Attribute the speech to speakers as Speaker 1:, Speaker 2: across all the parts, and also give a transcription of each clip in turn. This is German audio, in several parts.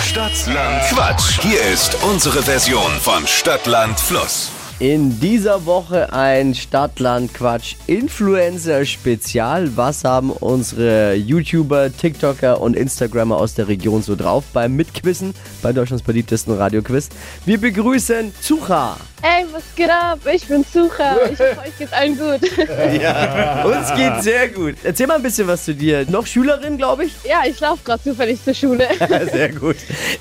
Speaker 1: Stadtland Quatsch. Hier ist unsere Version von Stadtland Fluss.
Speaker 2: In dieser Woche ein Stadtland-Quatsch Influencer-Spezial. Was haben unsere YouTuber, TikToker und Instagrammer aus der Region so drauf beim Mitquissen, bei Deutschlands beliebtesten Radioquiz? Wir begrüßen Zucha.
Speaker 3: Ey, was geht ab? Ich bin Sucher. Ich hoffe, euch geht's allen gut.
Speaker 2: Uns geht's sehr gut. Erzähl mal ein bisschen was zu dir. Noch Schülerin, glaube ich?
Speaker 3: Ja, ich laufe gerade zufällig zur Schule.
Speaker 2: Sehr gut.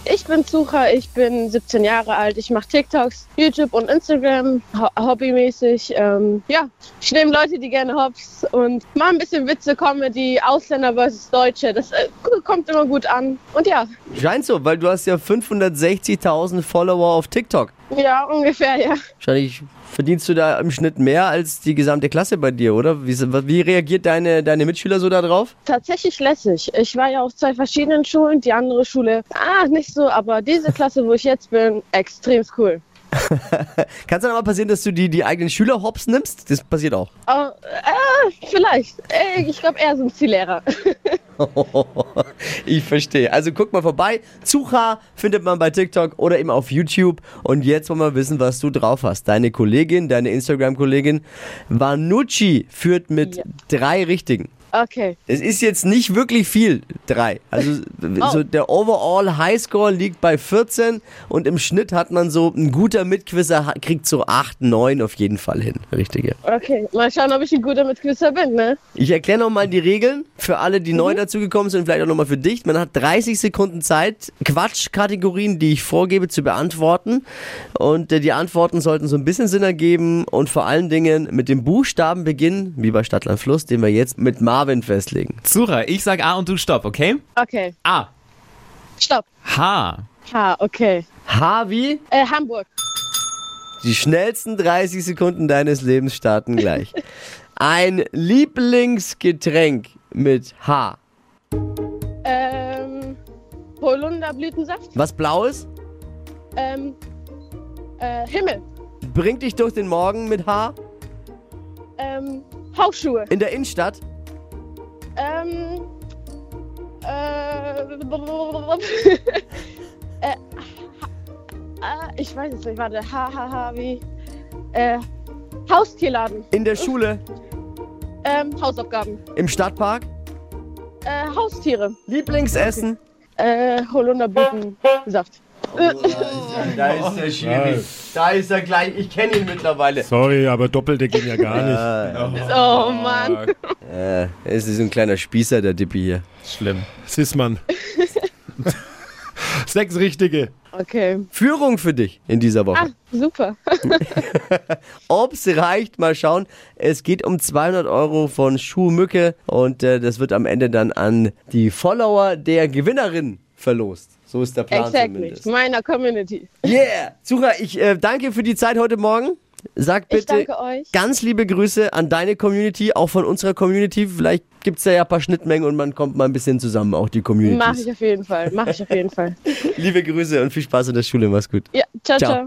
Speaker 3: Ich bin Sucher, ich bin 17 Jahre alt. Ich mache TikToks, YouTube und Instagram, ho hobbymäßig. Ähm, ja, ich nehme Leute, die gerne hops und mache ein bisschen Witze, Comedy, Ausländer versus Deutsche. Das äh, kommt immer gut an. Und ja,
Speaker 2: Scheint so, weil du hast ja 560.000 Follower auf TikTok.
Speaker 3: ja, ungefähr, ja.
Speaker 2: Wahrscheinlich verdienst du da im Schnitt mehr als die gesamte Klasse bei dir, oder? Wie, wie reagiert deine, deine Mitschüler so da drauf?
Speaker 3: Tatsächlich lässig. Ich war ja auf zwei verschiedenen Schulen. Die andere Schule, ah, nicht so, aber diese Klasse, wo ich jetzt bin, extrem cool.
Speaker 2: Kann es dann aber passieren, dass du die, die eigenen Schüler hops nimmst? Das passiert auch.
Speaker 3: Oh, äh, vielleicht. Äh, Ich glaube, eher sind sie Lehrer.
Speaker 2: ich verstehe. Also guck mal vorbei. Zucha findet man bei TikTok oder eben auf YouTube. Und jetzt wollen wir wissen, was du drauf hast. Deine Kollegin, deine Instagram-Kollegin Vanucci führt mit
Speaker 3: Ja.
Speaker 2: drei Richtigen.
Speaker 3: Okay.
Speaker 2: Es ist jetzt nicht wirklich viel, drei. Also so
Speaker 3: Oh.
Speaker 2: der Overall Highscore liegt bei 14 und im Schnitt hat man so ein guter Mitquisser ha- kriegt so 8, 9 auf jeden Fall hin. Richtige.
Speaker 3: Okay. Mal schauen, ob ich ein guter Mitgrüßer bin, ne?
Speaker 2: Ich erkläre nochmal die Regeln für alle, die neu dazugekommen sind, vielleicht auch nochmal für dich. Man hat 30 Sekunden Zeit, Quatschkategorien, die ich vorgebe, zu beantworten. Und äh, die Antworten sollten so ein bisschen Sinn ergeben und vor allen Dingen mit dem Buchstaben beginnen, wie bei Stadtland Fluss, den wir jetzt mit Marvin festlegen.
Speaker 4: Sucher, ich sag A und du stopp, okay?
Speaker 3: Okay.
Speaker 4: A.
Speaker 3: Stopp.
Speaker 4: H.
Speaker 3: Ha, okay.
Speaker 2: H wie?
Speaker 3: Äh, Hamburg.
Speaker 2: Die schnellsten 30 Sekunden deines Lebens starten gleich. Ein Lieblingsgetränk mit H.
Speaker 3: Ähm, Holunderblütensaft.
Speaker 2: Was Blaues?
Speaker 3: Ähm, äh, Himmel.
Speaker 2: Bringt dich durch den Morgen mit H.
Speaker 3: Ähm, Hausschuhe.
Speaker 2: In der Innenstadt?
Speaker 3: Ähm, äh, äh, ha, äh, ich weiß es nicht, warte. Ha, ha, ha, wie? Äh, Haustierladen.
Speaker 2: In der Schule?
Speaker 3: Ähm, Hausaufgaben.
Speaker 2: Im Stadtpark?
Speaker 3: Äh, Haustiere.
Speaker 2: Lieblingsessen?
Speaker 3: Äh, Holunderblütensaft.
Speaker 2: Da ist er schwierig. Da ist er gleich. Ich kenne ihn mittlerweile.
Speaker 5: Sorry, aber Doppelte ging ja gar nicht.
Speaker 3: Oh Mann.
Speaker 2: Äh, Es ist ein kleiner Spießer, der Dippi hier.
Speaker 4: Schlimm.
Speaker 5: Sismann. Sechs Richtige.
Speaker 3: Okay.
Speaker 2: Führung für dich in dieser Woche.
Speaker 3: Ah, super.
Speaker 2: Ob's reicht, mal schauen. Es geht um 200 Euro von Schuhmücke und äh, das wird am Ende dann an die Follower der Gewinnerin verlost. So ist der Plan
Speaker 3: Exactly.
Speaker 2: zumindest.
Speaker 3: Meiner Community.
Speaker 2: Yeah! Sucher, ich äh, danke für die Zeit heute Morgen. Sag
Speaker 3: Ich
Speaker 2: bitte
Speaker 3: danke euch.
Speaker 2: ganz liebe Grüße an deine Community, auch von unserer Community. Vielleicht gibt's da ja ein paar Schnittmengen und man kommt mal ein bisschen zusammen, auch die
Speaker 3: Mach
Speaker 2: Community.
Speaker 3: ich auf jeden Fall. Mach ich auf jeden Fall.
Speaker 2: Liebe Grüße und viel Spaß in der Schule. Mach's gut.
Speaker 3: Ja,
Speaker 2: Ciao.
Speaker 3: ciao. ciao.